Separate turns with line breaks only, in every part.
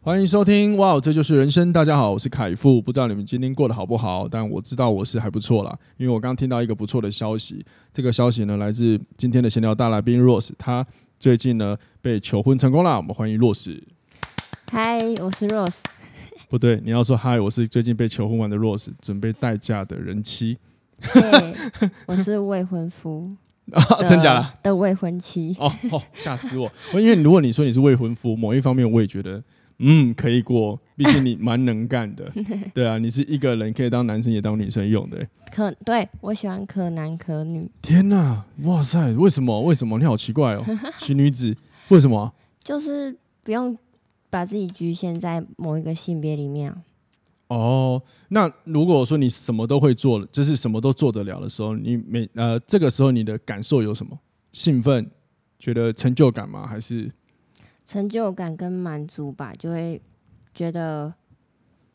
欢迎收听，哇，这就是人生。大家好，我是凯富。不知道你们今天过得好不好，但我知道我是还不错啦，因为我刚听到一个不错的消息。这个消息呢，来自今天的闲聊大来宾 Rose，她最近呢被求婚成功啦。我们欢迎 Rose。
嗨，我是 Rose。
不对，你要说嗨，我是最近被求婚完的 Rose，准备待嫁的人妻。
对， 我是未婚夫
啊，真假的？
的未婚妻。
哦哦，吓死我！因为如果你说你是未婚夫，某一方面我也觉得，嗯，可以过，毕竟你蛮能干的。对啊，你是一个人可以当男生也当女生用的欸、
可对我喜欢可男可女，
天呐，哇塞，为什么？为什么？你好奇怪 哦，奇女子，为什么啊？
就是不用把自己局限在某一个性别里面啊、
哦，那如果说你什么都会做了，就是什么都做得了的时候，你每呃这个时候你的感受有什么？兴奋，觉得成就感吗？还是
成就感跟满足吧，就会觉得，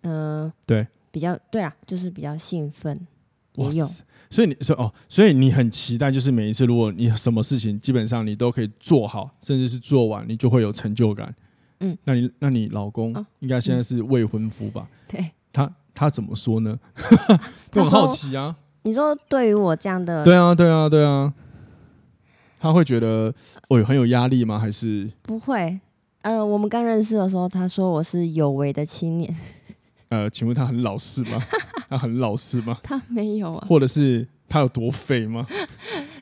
嗯、
对，
比较对啊，就是比较兴奋，也
哇
有
塞？所以你说哦，所以你很期待，就是每一次如果你什么事情基本上你都可以做好，甚至是做完，你就会有成就感。
嗯，
那你那你老公
哦
应该现在是未婚夫吧？
对。
他他怎么说呢？
他
我很好
说
奇啊。
你说对于我这样的，
对啊，对啊，对啊。他会觉得哦，很有压力吗？还是
不会，呃，我们刚认识的时候，他说我是有为的青年，
呃，请问他很老实吗？他很老实吗？
他没有啊，
或者是他有多废吗？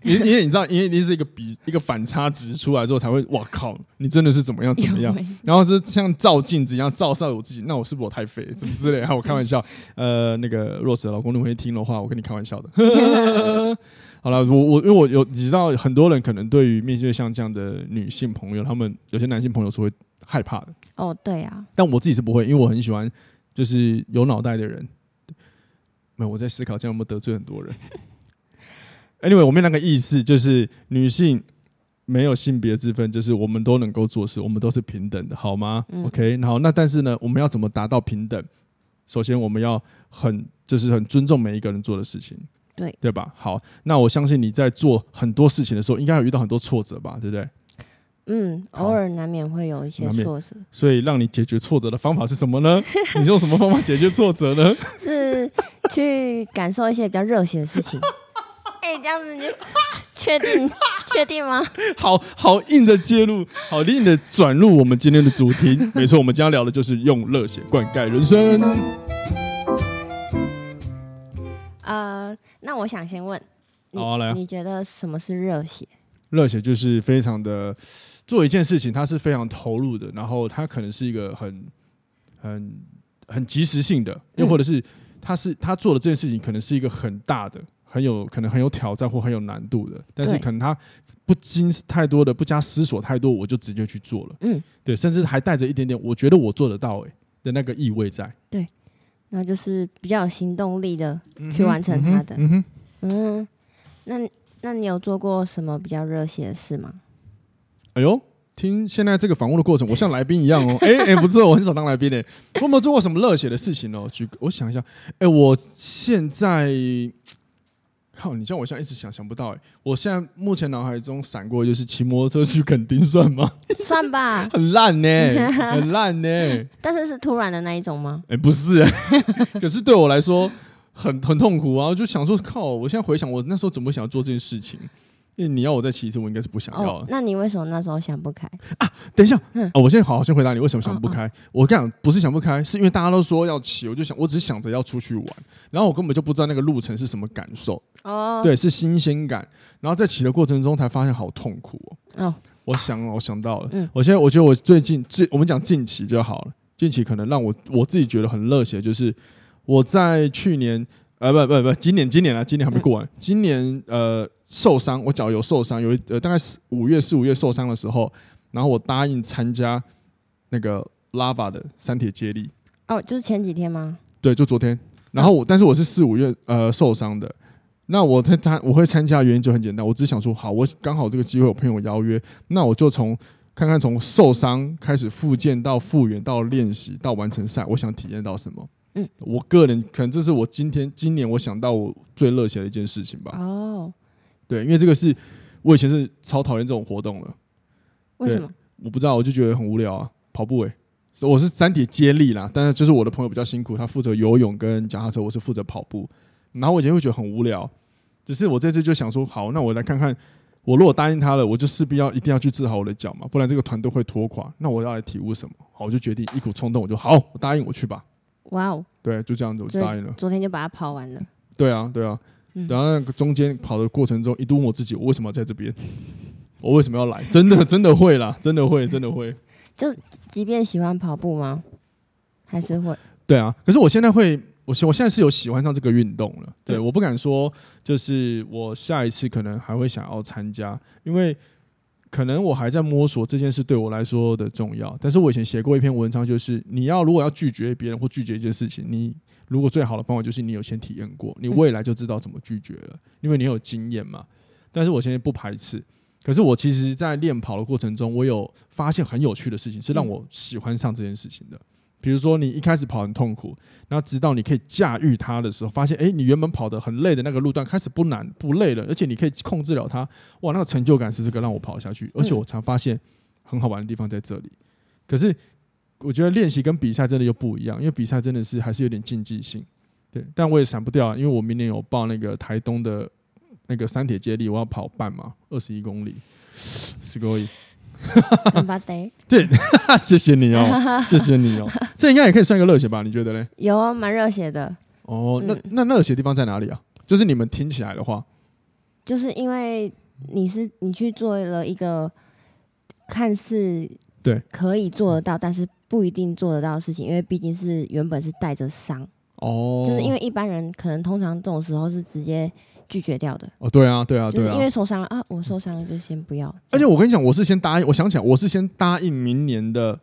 因因为你知道，因为一定是一个比一个反差值出来之后，才会哇靠，你真的是怎么样怎
有
么样？
为
然后就像照镜子一样照照我自己，那我是不是我太废了，怎么之类的？然后我开玩笑，呃，那个 Rose 的老公，如果会听的话，我跟你开玩笑的。 好了，我我因为我有你知道，很多人可能对于面对像这样的女性朋友，他们有些男性朋友是会害怕的，
哦，对啊，
但我自己是不会，因为我很喜欢就是有脑袋的人。没有，我在思考这样有没有得罪很多人。anyway，我们那个意思就是女性没有性别之分，就是我们都能够做事，我们都是平等的，好吗、
嗯
o k 好，那但是呢，我们要怎么达到平等？首先，我们要很就是很尊重每一个人做的事情，
对
对吧？好，那我相信你在做很多事情的时候，应该有遇到很多挫折吧，对不对？
嗯，
好
偶尔难免会有一些
难免
挫折，
所以让你解决挫折的方法是什么呢？你用什么方法解决挫折呢？
是去感受一些比较热血的 事情。哎、这样子你就确定确定吗？
好好硬的介入，好硬的转入我们今天的主 题。没错，我们今天要聊的就是用热血灌溉人生。
呃，那我想先问你，
好啊来啊
你觉得什么是热血？
热血就是非常的做一件事情，它是非常投入的，然后它可能是一个很很很及时性的，又
嗯
或者是他是他做的这件事情可能是一个很大的。很有可能很有挑战或很有难度的，但是
对
可能他不经太多的、不加思索太多，我就直接去做了。
嗯，
对，甚至还带着一点点我觉得我做得到诶、的那个意味在。
那就是比较有行动力的去完成它的。
嗯哼，
嗯那那你有做过什么比较热血的事 吗？
哎呦，听现在这个访问的过程，我像来宾一样哦。哎 哎，不错，我很少当来宾的。我有没有做过什么热血的事情哦？举个，我想一下，哎，我现在，靠，你叫我现在一直想想不到哎。我现在目前脑海中闪过就是骑摩托车去垦丁算吗？
算吧，
很烂呢、很烂呢、
但是是突然的那一种吗？
哎、不是、可是对我来说很很痛苦啊！我就想说，靠，我现在回想我那时候怎么会想要做这件事情？因为你要我再骑一次，我应该是不想要、
哦，那你为什么那时候想不开？
等一下，
嗯
哦，我现在好好先回答你为什么想不开。我跟你讲，不是想不开，是因为大家都说要骑，我就想，我只是想着要出去玩，然后我根本就不知道那个路程是什么感受，
哦，
对，是新鲜感。然后在骑的过程中才发现好痛苦哦。
哦，
我想了，我想到了，
嗯
我现在我觉得我最近最我们讲近期就好了，近期可能让我我自己觉得很热血，就是我在去年呃不不不今年今年啊今年还没过完，今年呃受伤，我脚有受伤，有一呃大概四五月四五月受伤的时候，然后我答应参加那个 Lava 的三铁接力，
哦，就是前几天吗？
对，就昨天然后我，
嗯
但是我是四五月呃受伤的。那我参参我会参加的原因就很简单，我只是想说，好，我刚好这个机会有朋友邀约，那我就从看看从受伤开始复健到复原到练习到完成赛，我想体验到什么。
嗯，
我个人可能这是我今天今年我想到我最热血的一件事情吧。
哦，
对，因为这个是我以前是超讨厌这种活动了，
为什么？
我不知道，我就觉得很无聊啊，跑步诶、所以我是三体接力啦，但是就是我的朋友比较辛苦，他负责游泳跟脚踏车，我是负责跑步。然后我以前会觉得很无聊，只是我这次就想说，好，那我来看看，我如果答应他了，我就势必要一定要去治好我的脚嘛，不然这个团队会拖垮。那我要来体悟什么？好，我就决定一股冲动，我就好，我答应我去吧。
哇哦，
对，就这样子，我就答应了。
昨天就把它跑完了。
对啊，对啊。
嗯
然后那个中间跑的过程中，一度问我自己，我为什么要在这边？我为什么要来？真的，真的会啦，真的会，真的会。
即便喜欢跑步吗？还是会
对啊，可是我现在会，我我现在是有喜欢上这个运动了。对，
对
我不敢说，就是我下一次可能还会想要参加，因为可能我还在摸索这件事对我来说的重要。但是我以前写过一篇文章，就是你要如果要拒绝别人或拒绝一件事情，你如果最好的方法就是你有先体验过，你未来就知道怎么拒绝了，因为你有经验嘛。但是我现在不排斥。可是我其实，在练跑的过程中，我有发现很有趣的事情，是让我喜欢上这件事情的。比如说，你一开始跑很痛苦，然后直到你可以驾驭它的时候，发现诶，你原本跑得很累的那个路段开始不难不累了，而且你可以控制了它。哇，那个成就感是这个让我跑下去，而且我才发现很好玩的地方在这里。可是我觉得练习跟比赛真的又不一样，因为比赛真的是还是有点竞技性。对，但我也闪不掉啊，因为我明年有报那个台东的那个三铁接力，我要跑半马，二十一公里， すごい。
干巴得
啊， 谢谢你哦，谢谢你哦，这应该也可以算一个热血吧？你觉得嘞？
有啊，蛮热血的。
哦，那
嗯
那热血的地方在哪里啊？就是你们听起来的话，
就是因为你是你去做了一个看似
对
可以做得到，但是不一定做得到的事情，因为毕竟是原本是带着伤，
哦，
就是因为一般人可能通常这种时候是直接拒绝掉的，
哦，对啊，对啊，
就
对
是
啊
因，为受伤了啊，我受伤了就先不要。
而且我跟你讲，我是先答应，我想起来，我是先答应明年的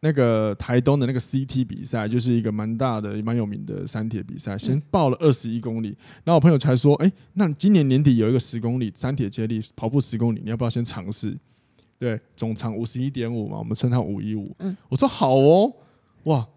那个台东的那个 CT 比赛，就是一个蛮大的、蛮有名的山铁比赛，
嗯
先报了二十一公里。然后我朋友才说，哎、那今年年底有一个十公里山铁接力跑步十公里，你要不要先尝试？对，总长五十一点五嘛，我们称它五一五。
嗯
我说好哦，哇。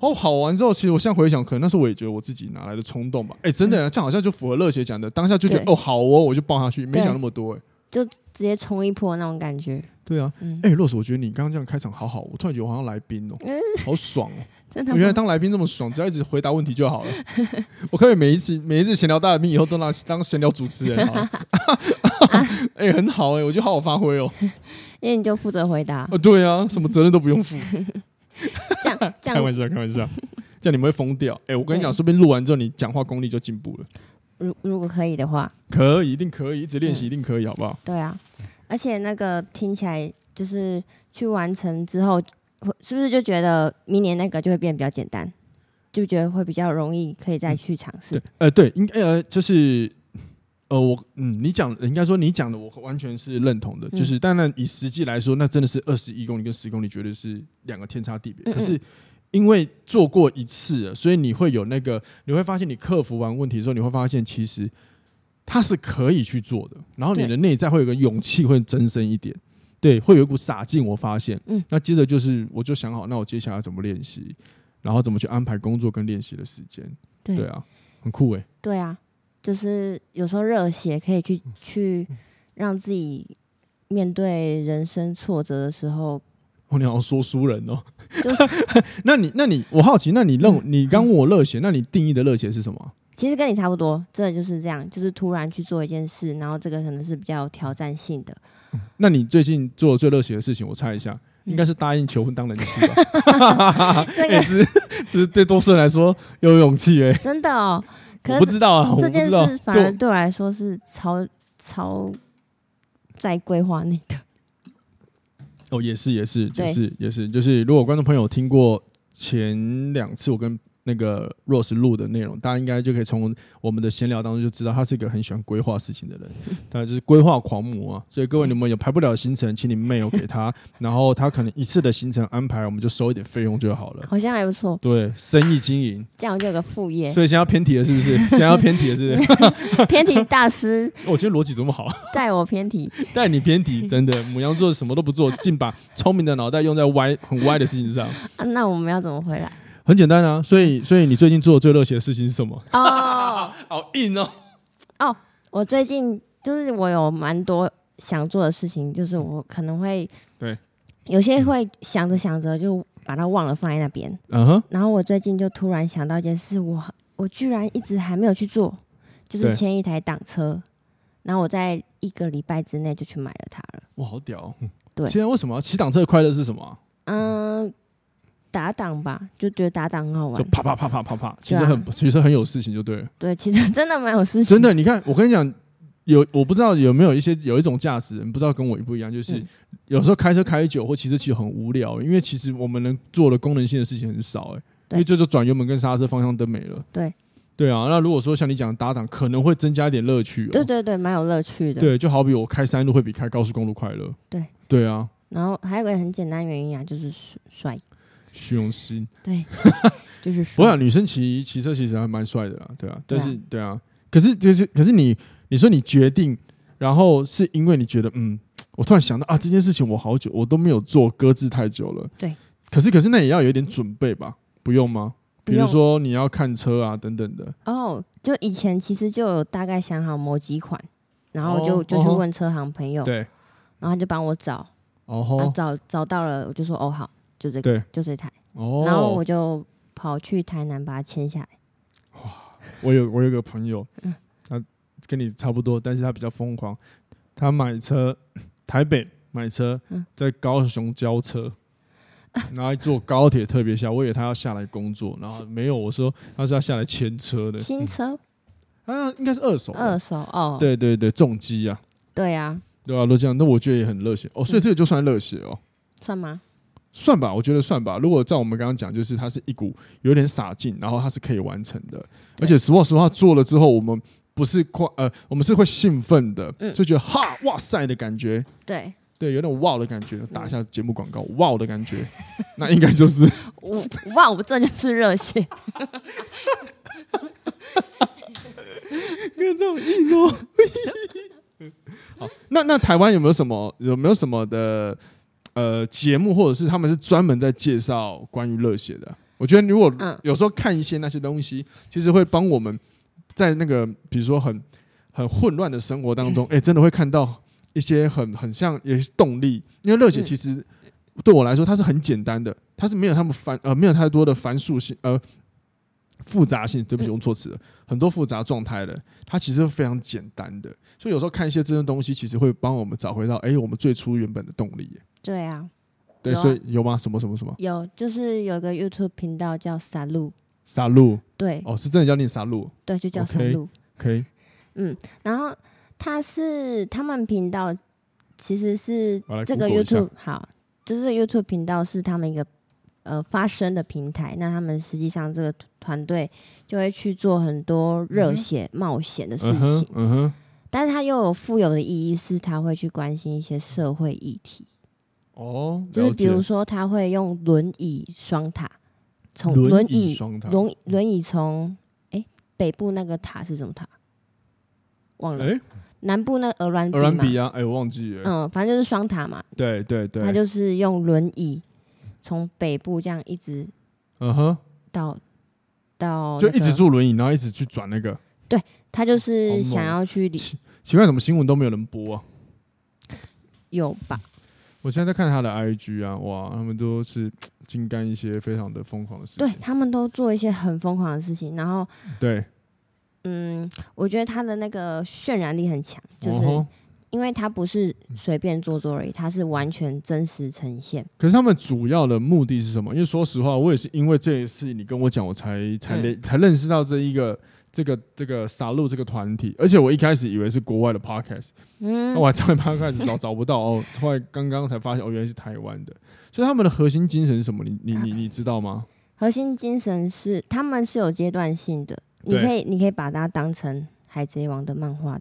哦，好玩之后，其实我现在回想，可能那时候我也觉得我自己哪来的冲动吧。哎、真的、这样好像就符合热血讲的，当下就觉得
嗯对
哦，好哦，我就抱下去，没
对
想那么多、哎，
就直接冲一波那种感觉，
对啊，
嗯，
哎、洛 r 我觉得你刚刚这样开场好好，我突然觉得我好像来宾哦、
嗯
好爽 哦、
真的
我
吗
原来当来宾这么爽，只要一直回答问题就好了。 我可不可以每一次每一次闲聊大来宾以后都拿当闲聊主持人 好了。 哎、很好哎、我觉得好好发挥哦、
因为你就负责回答，
啊，对啊，什么责任都不用负，
这样这
开
样，
玩笑，开玩 笑。这样你们会疯掉。哎、我跟你讲，
对
说不定录完之后你讲话功力就进步了，
如如果可以的话，
可以，一定可以，一直练习一定可以，好不好？
对啊，而且那个听起来就是去完成之后，会是不是就觉得明年那个就会变得比较简单，就觉得会比较容易可以再去尝试
对？，呃，对，应该呃，就是呃，我嗯，你讲应该说你讲的，我完全是认同的。
嗯
就是当然以实际来说，那真的是二十一公里跟十公里绝对是两个天差地别。
嗯嗯
可是因为做过一次了，所以你会有那个，你会发现你克服完问题之后，你会发现其实它是可以去做的。然后你的
对
内在会有个勇气，会增生一点。对，会有一股傻劲，我发现。
嗯
那接着就是，我就想好，那我接下来怎么练习，然后怎么去安排工作跟练习的时间。
对
对啊，很酷哎、
对啊，就是有时候热血可以去去让自己面对人生挫折的时候，
哦，你好像说书人哦。
就是
那你，那你，我好奇，那你认，你刚问我热血，那你定义的热血是什么？啊
其实跟你差不多，真的就是这样，就是突然去做一件事，然后这个可能是比较有挑战性的，
那你最近做的最热血的事情，我猜一下，应该是答应求婚当人妻吧？
这
也
个
是，这是对多数人来说有勇气哎、
真的哦。可
我
是
不知道啊，我
这
不
件
知道
事。反而
就
对我来说是超超在规划内的。
哦，也是，也是，就
对
是，也是，就是，如果观众朋友有听过前两次我跟那个 Rose 录的内容，大家应该就可以从我们的闲聊当中就知道，他是一个很喜欢规划事情 的人，他就是规划狂魔啊。所以各位你们有排不了的行程，请你 mail 给他，然后他可能一次的行程安排，我们就收一点费用就好了。
好像还不错，
对，生意经营，
这样我就有个副业。
所以现在要偏题了，是不是？现在要偏题了，是 不是？
偏题大师
我觉得逻辑怎么好？
带我偏题，
带你偏题，真的，母羊座什么都不做，竟把聪明的脑袋用在歪很歪的事情上，
啊、那我们要怎么回来？
很简单啊。所以，所以你最近做的最热血的事情是什么？
哦，
好硬哦！
我最近就是我有蛮多想做的事情，就是我可能会
对
有些会想着想着就把它忘了放在那边。
嗯哼，
然后我最近就突然想到一件事，我我居然一直还没有去做，就是
对
签一台挡车，然后我在一个礼拜之内就去买了它了。
哇，好屌哦！
对
现在为什么骑挡车的快乐是什么啊？
嗯，打挡吧，就觉得打挡很好
就
玩。
啪啪啪啪啪啪，其实
对啊
很其实很有事情，就对了。
对，其实 真的蛮有事情。
真的，你看，我跟你讲，有我不知道有没有一些有一种价值，不知道跟我一不一样，就是、
嗯
有时候开车开久或骑车骑很无聊，因为其实我们能做的功能性的事情很少、哎，因
对
为这就转油门跟刹车、方向灯没了。
对，
对啊。那如果说像你讲的搭档，可能会增加一点乐趣、哦。
对对对，蛮有乐趣的。
对就好比我开山路会比开高速公路快乐。
对
对啊，
然后还有个很简单原因啊，就是帅帅，
虚荣心。
对，就是
我
帅。
想女生骑骑车其实还蛮帅的啦，对啊，
对
但
啊
是对啊，可是就是可是你你说你决定，然后是因为你觉得嗯，我突然想到啊，这件事情我好久我都没有做，搁置太久了。
对，
可是可是那也要有一点准备吧，不用吗？比如
不用
说你要看车啊等等的，
哦，就以前其实就有大概想好某几款，然后就、
哦
就去
哦吼
问车行朋友，
对，
然后他就帮我找，
哦
然后
吼，
找找到了，我就说哦好，就这个
对，
就这台，
哦，
然后我就跑去台南把它签下来。
我有我有个朋友，
嗯
他跟你差不多，但是他比较疯狂，他买车台北买车
嗯，
在高雄交车， 然后还坐高铁特别下，我以为他要下来工作，然后没有，我说他是要下来牵车的，
新车
啊，应该是二手的，
二手哦，
对对对，重机啊，
对啊，
对啊，都这样，那我觉得也很热血哦，所以
嗯
这个就算热血哦。
算吗？
算吧，我觉得算吧。如果照我们刚刚讲，就是它是一股有点洒劲，然后它是可以完成的。
对
而且实话实话做了之后，我们不是快呃，我们是会兴奋的，
嗯
就觉得哈哇塞的感觉，
对，
对，有点哇的感觉。打一下节目广告，哇的感觉， 那应该就是
我哇，我这就是热血，
这种硬哦。好，那那台湾有没有什么有没有什么的呃节目，或者是他们是专门在介绍关于热血的？我觉得如果
嗯
有时候看一些那些东西，其实会帮我们在那个比如说很很混乱的生活当 中，哎、真的会看到一些很很像也是动力，因为热血
嗯
其实对我来说它是很简单的，它是没有他们繁呃没有太多的繁琐性呃复杂性，
嗯
对不起，用错词了，很多复杂状态的，它其实是非常简单的，所以有时候看一些这些东西，其实会帮我们找回到哎、我们最初原本的动力耶。
对啊，
对，
有啊
所以有吗？什么什么什么？
有就是有个 YouTube 频道叫傻路，
杀戮
对
哦，是真的叫念杀戮
对，就叫傻
OK
路。
，OK，
嗯，然后他是他们频道其实是
我来
这个
Google 一下
YouTube 好，就是这个 YouTube 频道是他们一个呃发声的平台。那他们实际上这个团队就会去做很多热血、冒险的事
嗯
情，
哼，嗯哼，
但是他又有富有的意义，是他会去关心一些社会议题，
哦，
就是
了
比
解
如说他会用轮椅双塔从
轮
轮
椅
椅
双塔，
轮轮椅从哎北部那个塔是什么塔？忘了。
哎，
南部那个鹅銮
鹅銮
嘛，
比啊，哎，我忘记了，
嗯，反正就是双塔嘛，
对对对，
他就是用轮椅从北部这样一直
嗯哼，
到到、
就一直，坐轮椅，然后一直去转那个，
他就
好
是
猛
想要去理
奇怪，怎么新闻都没有人播啊？
有吧？
我现在在看他的 IG 啊，哇，他们都是精干一些非常的疯狂的事情，
对他们都做一些很疯狂的事情，然后
对，
嗯，我觉得他的那个渲染力很强，就
哦
是
吼嗯
因为他不是随便做做而已，他是完全真实呈现。
可是他们主要的目的是什么？因为说实话，我也是因为这一次你跟我讲，我才才认、
嗯
才认识到这一个这个这个撒路这个团体，而且我一开始以为是国外的 podcast，
嗯
那，我还找 podcast 找找不 到哦， 后来刚刚才发现哦，原来是台湾的。所以他们的核心精神是什么？你你你你知道吗？
核心精神是他们是有阶段性的，你
对
可以你可以把它当成《海贼王》的漫画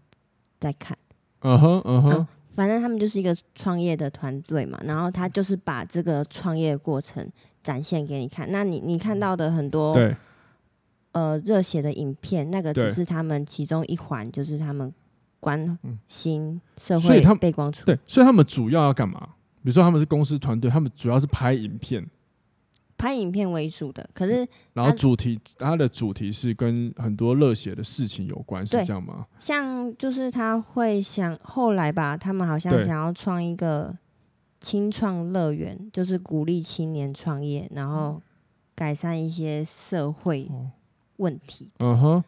在看。
嗯哼嗯哼
嗯，反正他们就是一个创业的团队嘛，然后他就是把这个创业过程展现给你看。那你你看到的很多
对
呃热血的影片，那个
对
只是他们其中一环，就是他们关
嗯
心社
所以
会
他们
被光出
对，所以他们主要要干嘛？比如说他们是公司团队，他们主要是拍影片，
拍影片为主的，
嗯
可是
然后
他
主题它的主题是跟很多热血的事情有关，是
对
这样吗？
像就是他会想后来吧，他们好像
对
想要创一个青创乐园，就是鼓励青年创业，然后改善一些社会
哦
问题，
嗯哼，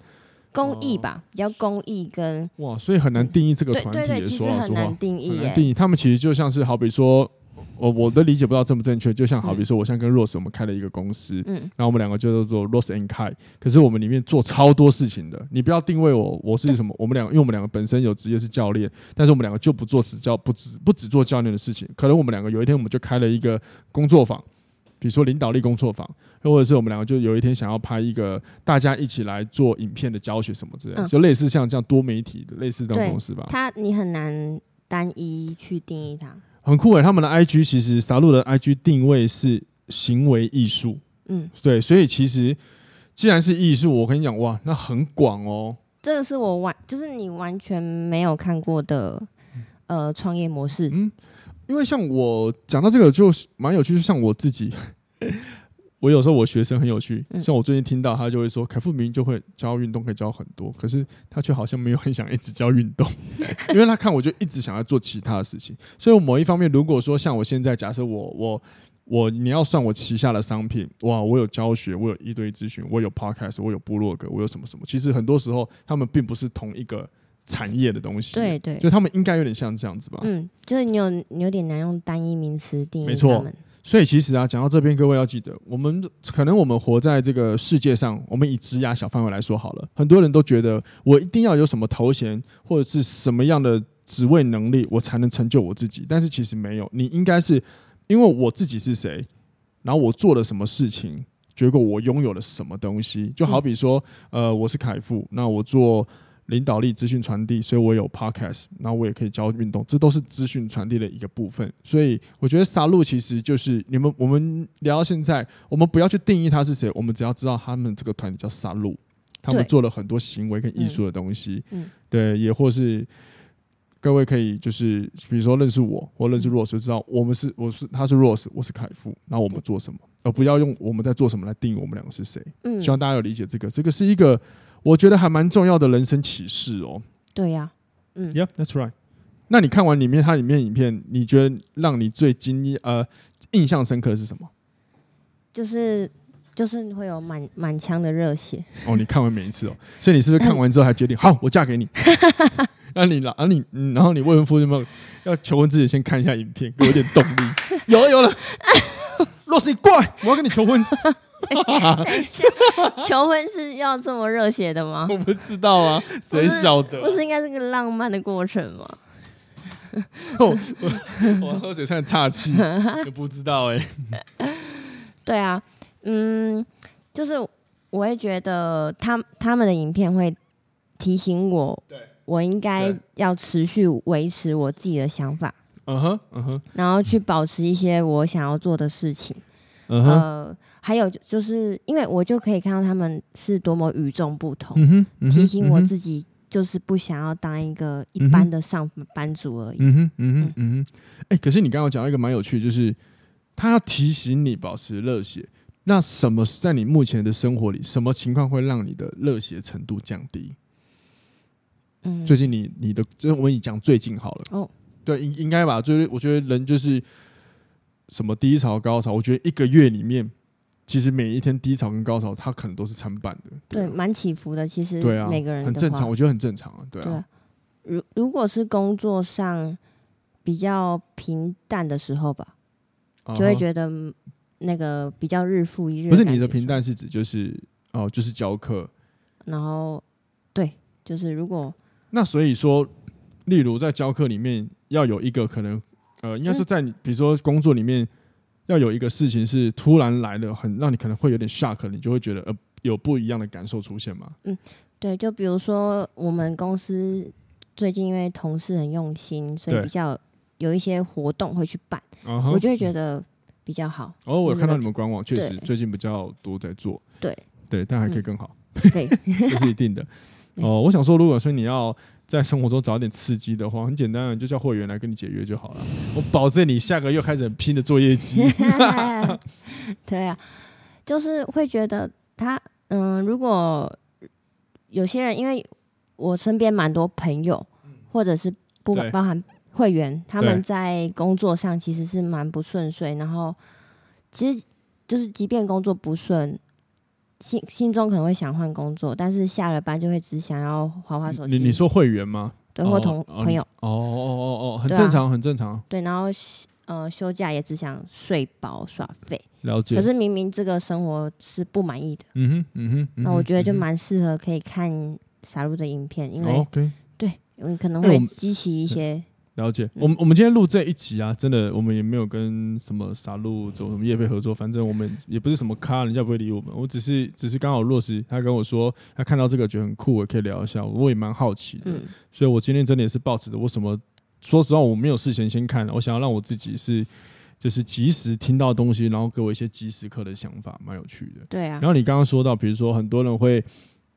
公益吧，比较公益跟
哇，所以很难定义这个
对
团体
对对，
也
其
说啊
实
老实
很
话
难。定义
很难
耶。
定义。他们其实就像是好比说，我我的理解不知道正不正确，就像好比说，我像跟 Rose 我们开了一个公司，
嗯，
然后我们两个就叫做 Rose and Kai，可是我们里面做超多事情的。你不要定位我，我是什么？我们两个，因为我们两个本身有职业是教练，但是我们两个就不做只教，不只不只做教练的事情。可能我们两个有一天我们就开了一个工作坊。比如说领导力工作坊，或者是我们两个就有一天想要拍一个大家一起来做影片的教学什么之类的，
嗯
就类似像这样多媒体的类似这种
对
公司吧。
它你很难单一去定义它。
很酷诶、欸他们的 IG 其实撒路的 IG 定位是行为艺术，
嗯，
对，所以其实既然是艺术，我跟你讲哇，那很广哦，
这个是我完，就是你完全没有看过的呃创业模
嗯
式。
因为像我讲到这个就是蛮有趣，就像我自己， 我有时候我学生很有趣，
嗯
像我最近听到他就会说，凯富明就会教运动，可以教很多，可是他却好像没有很想一直教运动， 因为他看我就一直想要做其他的事情，所以我某一方面，如果说像我现在，假设我我。我你要算我旗下的商品，哇，我有教学，我有一对一咨询，我有 podcast，我有部落格，我有什么什么。其实很多时候他们并不是同一个产业的东西，
对，对，
就他们应该有点像这样子吧。
嗯，就是你有你有点难用单一名词定
没
义
错
他们。
所以其实啊，讲到这边，各位要记得，我们可能我们活在这个世界上，我们以职涯小范围来说好了，很多人都觉得我一定要有什么头衔或者是什么样的职位能力，我才能成就我自己。但是其实没有，你应该是因为我自己是谁，然后我做了什么事情，结果我拥有了什么东西。就好比说，呃，我是凯富，那我做。领导力、资讯传递，所以我有 podcast，那我也可以教运动，这都是资讯传递的一个部分。所以我觉得杀戮其实就是你们我们聊到现在，我们不要去定义他是谁，我们只要知道他们这个团体叫杀戮，他们
对
做了很多行为跟艺术的东西，
嗯嗯
对，也或是。各位可以就是，比如说认识我或
嗯
认识 Rose，就知道我们是我是他是 Rose，我是凯富，然后我们做什么，而不要用我们在做什么来定义我们两个是谁。
嗯，
希望大家有理解这个，这个是一个我觉得还蛮重要的人生启示哦。
对呀、嗯
Yeah, that's right。那你看完里面它里面影片，你觉得让你最惊呃印象深刻的是什么？
就是就是会有满满腔的 热血。
哦，你看完每一次哦，所以你是不是看完之后还决定好，我嫁 给你？那你然后你嗯然后你未婚夫有没有要求婚之前先看一下影片，给我一点动力？ 有了有了，若是你过来，我要跟你求 婚。
求婚是要这么热血的吗？
我不知道啊，谁晓得？
不是应该是个浪漫的过程吗？
我哦我 我喝水差点岔气， 你不知道哎、
对啊，嗯，就是我会觉得他他们的影片会提醒我
对，
我应该
对
要持续维持我自己的想法，
嗯哼，嗯哼，
然后去保持一些我想要做的事情。
嗯哼，
呃，还有就就是因为我就可以看到他们是多么与众不同，
嗯哼，嗯哼
提醒我
嗯哼
自己就是不想要当一个一
嗯哼
般的上班族而已。
嗯哼，嗯哼，嗯哼。哎、可是你刚刚讲到一个蛮有趣的，就是他要提醒你保持热血。那什么是在你目前的生活里，什么情况会让你的热血程度降低？
嗯，
最近你你的，就是我们已讲最近好了。
哦，
对，应应该吧。就是我觉得人就是什么低潮高潮，我觉得一个月里面，其实每一天低潮跟高潮，它可能都是参半的。
对，
啊
蛮起伏的。其实
对啊，
每个人
很
的
正
话
常，我觉得很正常啊。对
对
啊
啊，。如如果是工作上比较平淡的时候吧，
啊
就会
哈
觉得嗯那个比较日复一日。
不是你的平，淡是指就是哦，就是教课。
然后对，就是如果
那所以说，
嗯
例如在教课里面要有一个可能，呃，应该说在你、比如说工作里面要有一个事情是突然来的，很让你可能会有点 shock，你就会觉得呃有不一样的感受出现嘛。
对，就比如说我们公司最近因为同事很用心，所以
对
比较有一些活动会去办，
啊
我
哈，
就会觉得比较好。
哦，我有
就是
看到
那
你们官网确实
对
最近比较多在做，
对
对，但还可以
嗯
更好，
对，
这是一定的。
对
哦，我想说，如果说你要在生活中找点刺激的话，很简单，你就叫会员来跟你解约就好了。我保证你下个月开始很拼的做业 绩。
对啊，就是会觉得他，嗯、如果有些人，因为我身边蛮多朋友，或者是不
嗯对
包含会员，他们
对
在工作上其实是蛮不顺遂，然后其实就是即便工作不顺。心心中可能会想换工作，但是下了班就会只想要划划手机。
你你说会员吗？
对，或
哦
同
哦
朋友、
哦哦哦哦，很
对啊
正常，很正常，
对，然后呃休假也只想睡饱耍废。
了解。
可是明明这个生活是不满意的，
嗯哼，嗯哼，嗯哼
那我觉得
嗯
就
哼
蛮适合可以看傻路的影片，因为、
哦 OK。
对你可能
因为
会
我们
激起一些
了解，
嗯
我们我们今天录这一集啊，真的我们也没有跟什么傻路走什么业配合作，反正我们也不是什么咖，人家不会理我们。我只是只是刚好落实，他跟我说他看到这个觉得很酷，我可以聊一下，我也蛮好奇的，
嗯
所以我今天真的也是抱持着我什么，说实话我没有事前先看，我想要让我自己是就是及时听到东西，然后给我一些即时刻的想法，蛮有趣的。
对啊
然，后你刚刚说到，比如说很多人会，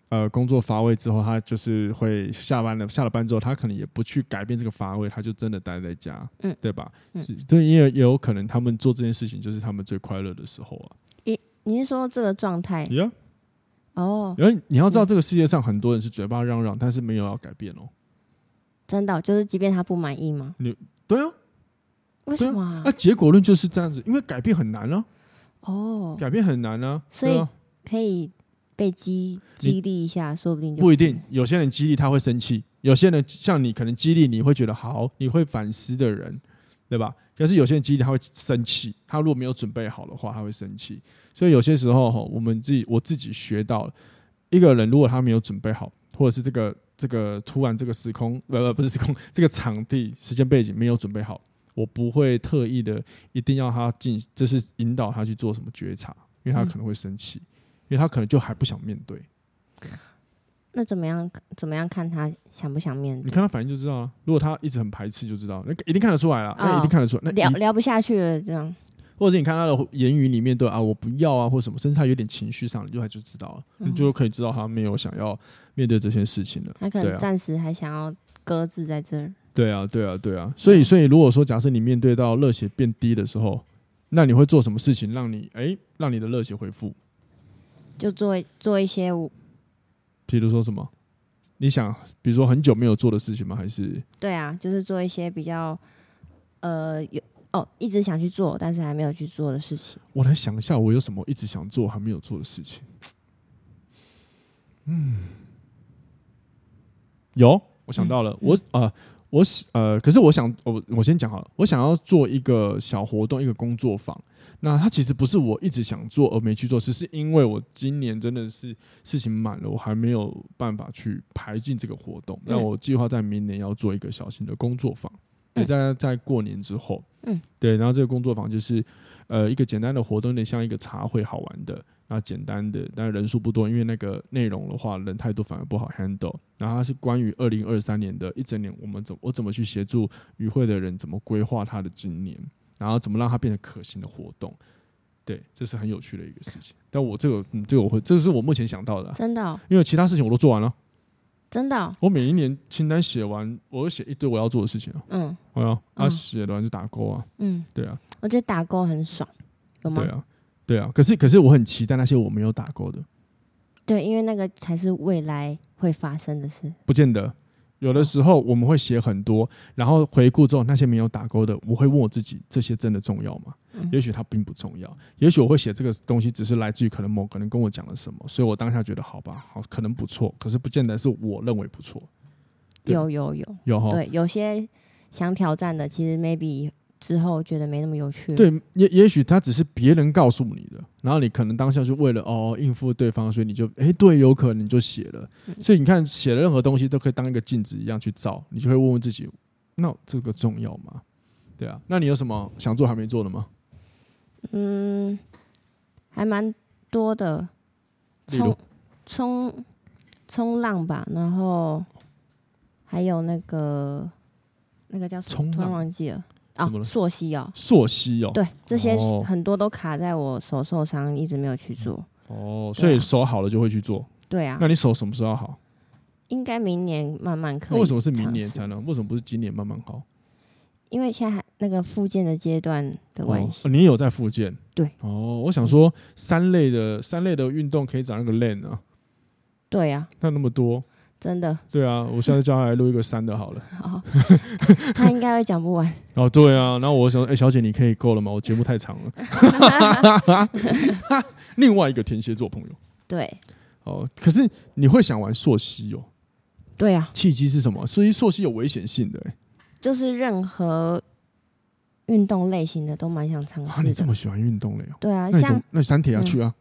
呃，工作乏味之后，他就是会下班了，下了班之后，他可能也不去改变这个乏味，他就真的待在家，
嗯
对吧？
嗯
是对，因为也有可能他们做这件事情就是他们最快乐的时候啊。
你是说这个状态
哎呀、
哦？
然后哎你要知道，这个世界上很多人是嘴巴嚷嚷，但是没有要改变哦。
真的哦、就是即便他不满意吗？
对啊，
为什么啊、
那、结果论就是这样子，因为改变很难啊，
哦，
改变很难啊，
所以
对啊
可以被激
你
激励一下，说不定就
不一定，有些人激励他会生气，有些人像你可能激励你会觉得好，你会反思的人，对吧？可是有些人激励他会生气，他如果没有准备好的话，他会生气。所以有些时候哈，我们自己我自己学到了，一个人如果他没有准备好，或者是这个这个突然这个时空不不不是时空，这个场地时间背景没有准备好，我不会特意的一定要他进，就是引导他去做什么觉察，因为他可能会生气，因为他可能就还不想面对。
那怎么样？怎么样看他想不想面
你
对？
看他反应就知道了。如果他一直很排斥，就知道，那一定看得出来了，那
哦
一定看得出来。那
聊
一
聊不下去了，这样
或者是你看他的言语里面都有啊，我不要啊，或什么，甚至他有点情绪上，你就他就知道了，
嗯
你就可以知道他没有想要面对这些事情了。
他可
对
能
啊
暂时还想要搁置在这儿。
对啊，对啊，对啊。所以，所以如果说假设你面对到热血变低的时候，那你会做什么事情让你诶，让你的热血恢复？
就做做一些我
比如说什么？你想，比如说很久没有做的事情吗？还是
对啊，就是做一些比较呃有哦一直想去做，但是还没有去做的事情。
我来想一下，我有什么一直想做还没有做的事情？嗯，有，我想到了，我啊、呃我喜呃，可是我想，我我先讲好了，我想要做一个小活动，一个工作坊。那它其实不是我一直想做而没去做，只是因为我今年真的是事情满了，我还没有办法去排进这个活动。那
嗯
我计划在明年要做一个小型的工作坊，也
嗯
在在过年之后，
嗯，
对。然后这个工作坊就是呃一个简单的活动，有点像一个茶会好玩的，那简单的，但人数不多，因为那个内容的话人太多反而不好 handle。然后它是关于二零二三年的一整年，我们怎我怎么去协助与会的人怎么规划他的今年，然后怎么让它变成可行的活动。对，这是很有趣的一个事情。但我这个，嗯，这个我会，这个是我目前想到的啊、
真的、哦，
因为其他事情我都做完了。
真的、哦，
我每一年清单写完，我会写一堆我要做的事情啊。
嗯
哎呀，啊，
嗯
写完就打勾啊。
嗯，
对啊，
我觉得打勾很爽，有吗？
对啊，对啊。可是，可是我很期待那些我没有打勾的。
对因为那个才是未来会发生的事。
不见得。有
哦
的时候我们会写很多，然后回顾之后那些没有打勾的，我会问我自己：这些真的重要吗？
嗯
也许它并不重要，也许我会写这个东西只是来自于可能某个人跟我讲了什么，所以我当下觉得好吧，好可能不错，可是不见得是我认为不错。对
有有有，
有哈，
对，有些想挑战的，其实 maybe 之后觉得没那么有趣了。
对，也也许他只是别人告诉你的，然后你可能当下就为了哦应付对方，所以你就诶，对，有可能你就写了。
嗯
所以你看，写了任何东西都可以当一个镜子一样去照，你就会问问自己，那这个重要吗？对啊，那你有什么想做还没做的吗？
嗯，还蛮多的，
例如
冲冲冲浪吧，然后还有那个那个叫什
冲
么？突然
浪
忘记了
什么
啊，
了
溯溪哦，
溯溪哦，
对，这些
哦
很多都卡在我手受伤，一直没有去做。
哦，
对啊
所以手好了就会去做。
对啊
嗯那，你手什么时候好？
应该明年慢慢可
那
以。
为什么是明年
尝试
才能？为什么不是今年慢慢好？
因为现在还那个复健的阶段的关系，
哦，你也有在复健？
对。
哦，我想说三类的三类的运动可以找那个 lane 啊，
对啊，
那那么多。
真的，
对啊，我现在叫他来录一个三的好了。
哦，他应该会讲不完。
哦，对啊，然后我想说，哎、小姐，你可以够了吗？我节目太长了。 另外一个天蝎座朋友，
对，
哦，可是你会想玩溯溪哦？
对啊，
契机是什么？所以溯溪有危险性的、欸。
就是任何运动类型的都蛮想尝
啊，你
试
这
的。
么喜欢运动类哦？
对啊，
那你怎么
像？
那三铁要去啊？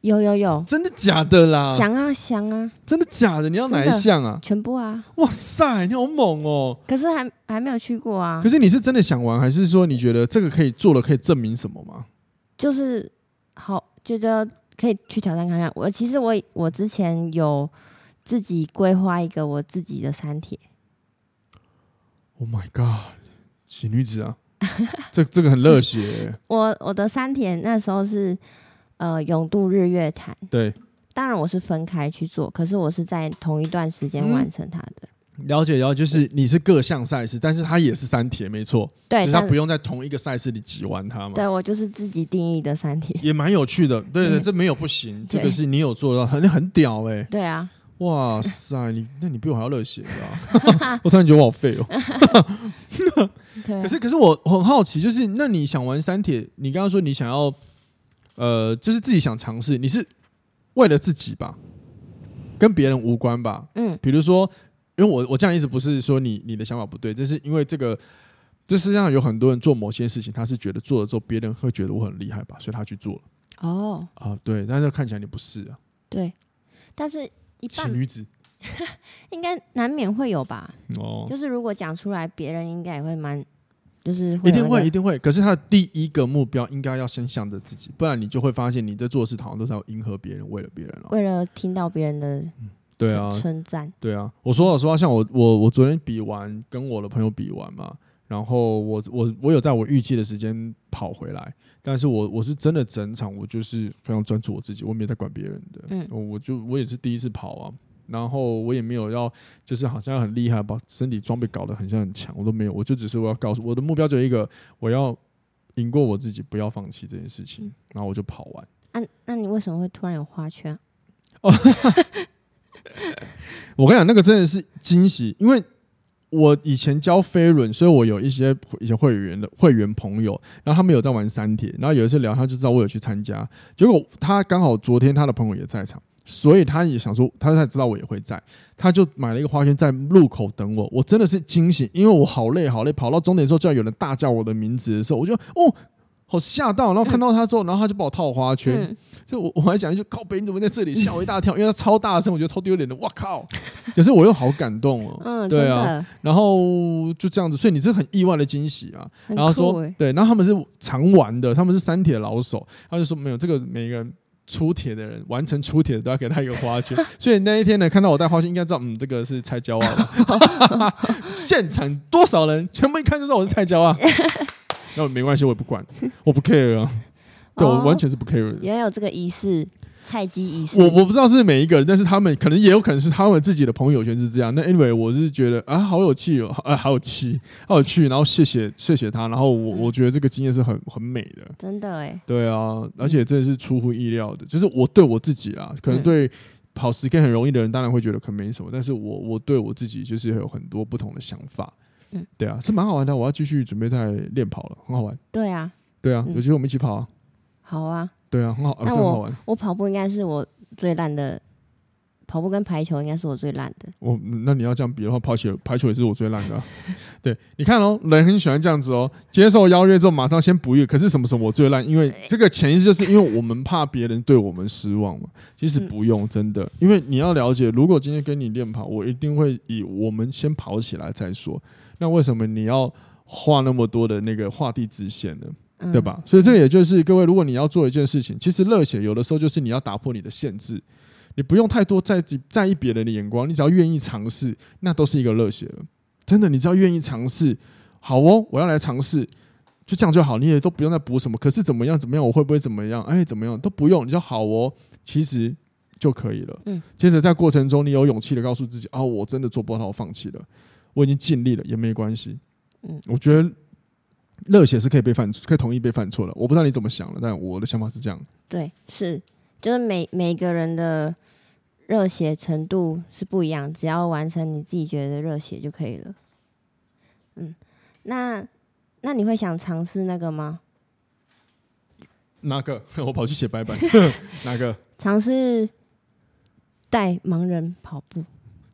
有有有，
真的假的啦？
想啊想啊，
真的假的？你要哪一
真的
项啊？
全部啊，
哇塞，你好猛哦！
可是还还没有去过啊
可，是你是真的想玩，还是说你觉得这个可以做了可以证明什么吗？
就是好觉得可以去挑战看看。我其实我我之前有自己规划一个我自己的三铁，
Oh my god，喜女子啊，这这个很热血欸、
我我的三铁那时候是呃永渡日月潭，
对，
当然我是分开去做，可是我是在同一段时
嗯
间完成它的。
了解，然后就是你是各项赛事，但是它也是三铁，没错，
对，
只是它
像
不用在同一个赛事里挤完它嘛，
对我就是自己定义的三铁。
也蛮有趣的。对对，
嗯
这没有不行，这
对
个是你有做到，很很屌哎、
对啊，
哇塞，你那你比我还要热血 啊！我突然觉得我好废哦。
对啊
可是可是我很好奇，就是那你想玩三铁，你刚刚说你想要，呃，就是自己想尝试，你是为了自己吧，跟别人无关吧？
嗯，
比如说，因为我我这样一直不是说你你的想法不对，但是因为这个，这世界上有很多人做某些事情，他是觉得做了之后别人会觉得我很厉害吧，所以他去做了
哦，
啊。对，但是看起来你不是啊，
对，但是一
奇
半
女子
应该难免会有吧。
哦，
就是如果讲出来，别人应该也会蛮，就是
一
有
定
那
会
个
一定会。可是他的第一个目标应该要先想着自己，不然你就会发现你在做事好像都是要迎合别人，为了别人了。
为了听到别人的
对啊，
称赞，
对啊，我说老实话，像我我我昨天比完，跟我的朋友比完嘛，然后我我我有在我预计的时间跑回来，但是我我是真的整场我就是非常专注我自己，我没有在管别人的，
嗯
我我就我也是第一次跑啊，然后我也没有要就是好像很厉害，把身体装备搞得很像很强，我都没有，我就只是我要告诉我的目标只有一个，我要赢过我自己，不要放弃这件事情，
嗯
然后我就跑完。
啊，那你为什么会突然有花圈啊？
我跟你讲，那个真的是惊喜，因为我以前教飞轮，所以我有一些一些会员的会员朋友，然后他们有在玩三铁，然后有一次聊，他就知道我有去参加，结果他刚好昨天他的朋友也在场。所以他也想说，他才知道我也会在，他就买了一个花圈在路口等我。我真的是惊喜，因为我好累好累，跑到终点的时候，就要有人大叫我的名字的时候，我就哦，好吓到。然后看到他之后，然后他就把我套花圈，
嗯，
就我我还讲一句靠北，你怎么在这里？吓我一大跳，因为他超大声，我觉得超丢脸的。哇靠！可是我又好感动哦。
嗯，真
对啊，
的，
然后就这样子，所以你是很意外的惊喜啊。
很
然后
酷
说
欸
对，然后他们是常玩的，他们是三铁老手，他就说没有这个每个人出铁的人完成出铁的都要给他一个花圈，所以那一天呢，看到我带花圈，应该知道嗯，这个是蔡娇啊。 现场多少人，全部一看就知道我是蔡娇啊。 那没关系，我也不管，我不 care 啊，对我
哦
完全是不 care 的。
原来有这个仪式，菜鸡仪式，
我我不知道是每一个人，但是他们可能也有可能是他们自己的朋友圈是这样。那 anyway，我是觉得啊，好有趣哦，啊，好有趣，好有趣。然后谢谢谢谢他，然后我
嗯
我觉得这个经验是很很美的。
真的哎，
对啊，而且真的是出乎意料的，就是我对我自己啊，可能
嗯
对跑十 K 很容易的人，当然会觉得可能没什么，但是我我对我自己就是有很多不同的想法。
嗯
对啊，是蛮好玩的。我要继续准备再练跑了，很好玩。
对啊，
对啊，
嗯
有机会我们一起跑啊。
好啊，
对啊，很好，啊、
但
真的很好玩。
我跑步应该是我最烂的，跑步跟排球应该是我最烂的。
我那你要这样比的话，排球排球也是我最烂的啊、 对，你看哦，人很喜欢这样子哦，接受邀约之后马上先不约，可是什么什么我最烂，因为这个潜意识就是因为我们怕别人对我们失望嘛。其实不用，真的，因为你要了解，如果今天跟你练跑，我一定会以我们先跑起来再说。那为什么你要画那么多的那个画地直线呢？
嗯
对？吧？所以这个也就是各位，如果你要做一件事情，其实热血有的时候就是你要打破你的限制，你不用太多在意在意别人的眼光，你只要愿意尝试，那都是一个热血了。真的，你只要愿意尝试，好哦，我要来尝试，就这样就好，你也都不用再补什么。可是怎么样怎么样，我会不会怎么样？哎，怎么样都不用，你就好哦，其实就可以了。
嗯，
接着在过程中，你有勇气的告诉自己，啊，我真的做不到，我放弃了，我已经尽力了，也没关系。
嗯，
我觉得热血是可以被犯，可以同意被犯错的。我不知道你怎么想的，但我的想法是这样。
对，是，就是每每个人的热血程度是不一样，只要完成你自己觉得热血就可以了。嗯，那那你会想尝试那个吗？
哪个？ 我跑去写拜拜。哪个？
尝试带盲人跑步，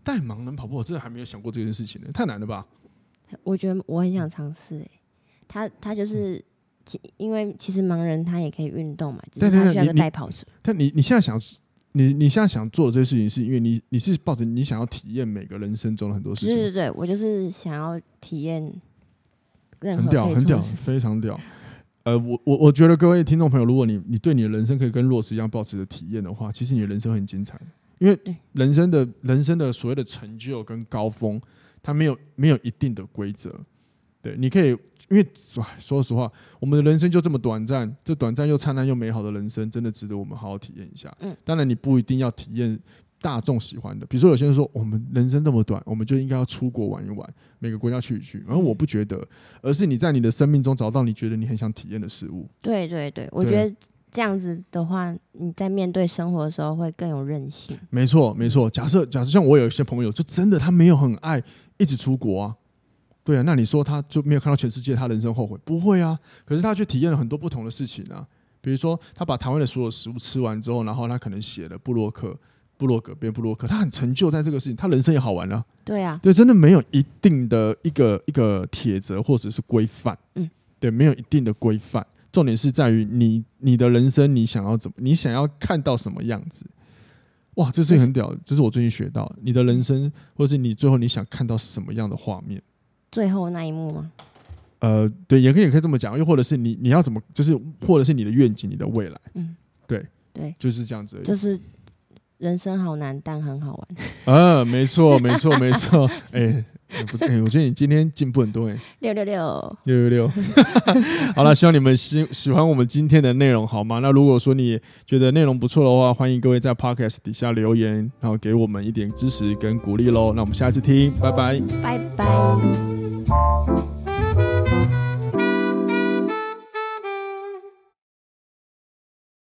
带盲人跑步，我真的还没有想过这件事情呢，太难了吧？
我觉得我很想尝试诶。他他
嗯
就是，其因为其实盲人他也可以运动嘛，只
对
是
对
他
对
需要一个
你你
带跑者。
但你你现在想，你你现在想做的这些事情，是因为你你是抱着你想要体验每个人生中的很多事
对对
情，
对，我就是想要体验任
很
何
屌，
可以
很屌，
尝试
非常屌。呃，我我我觉得各位听众朋友，如果你你对你的人生可以跟若石一样保持着体验的话，其实你的人生很精彩，因为
对
人生的人生的所谓的成就跟高峰，它没有没有一定的规则。对，你可以，因为哎说实话，我们的人生就这么短暂，这短暂又灿烂又美好的人生，真的值得我们好好体验一下。
嗯，
当然你不一定要体验大众喜欢的，比如说有些人说我们人生那么短，我们就应该要出国玩一玩，每个国家去一去。而我不觉得，而是你在你的生命中找到你觉得你很想体验的事物。
对对对，我
对
觉得这样子的话，你在面对生活的时候会更有韧性。
没错，没错。假设假设像我有一些朋友，就真的他没有很爱一直出国啊，对啊，那你说他就没有看到全世界，他人生后悔不会啊？可是他去体验了很多不同的事情啊，比如说他把台湾的所有食物吃完之后，然后他可能写了布洛克。布洛格变布洛克，他很成就在这个事情，他人生也好玩了、
对啊，
对，真的没有一定的一个一个铁则或者是规范，
嗯，
对，没有一定的规范。重点是在于你你的人生，你想要怎么，你想要看到什么样子。哇，这是很屌的，这是我最近学到的。你的人生，或是你最后你想看到什么样的画面？
最后那一幕吗？
呃，对，也可以也可以这么讲，又或者是你你要怎么，就是或者是你的愿景，你的未来，
嗯，
对
对，
就是这样子而已。
就是人生好难，但很好玩。
嗯，没错，没错，没错。 哎、不是，哎、我觉得你今天进步很多哎、
六六六，
六六六，好了，希望你们喜喜欢我们今天的内容，好吗？那如果说你觉得内容不错的话，欢迎各位在 podcast 底下留言，然后给我们一点支持跟鼓励喽。那我们下次听，拜拜。
拜拜。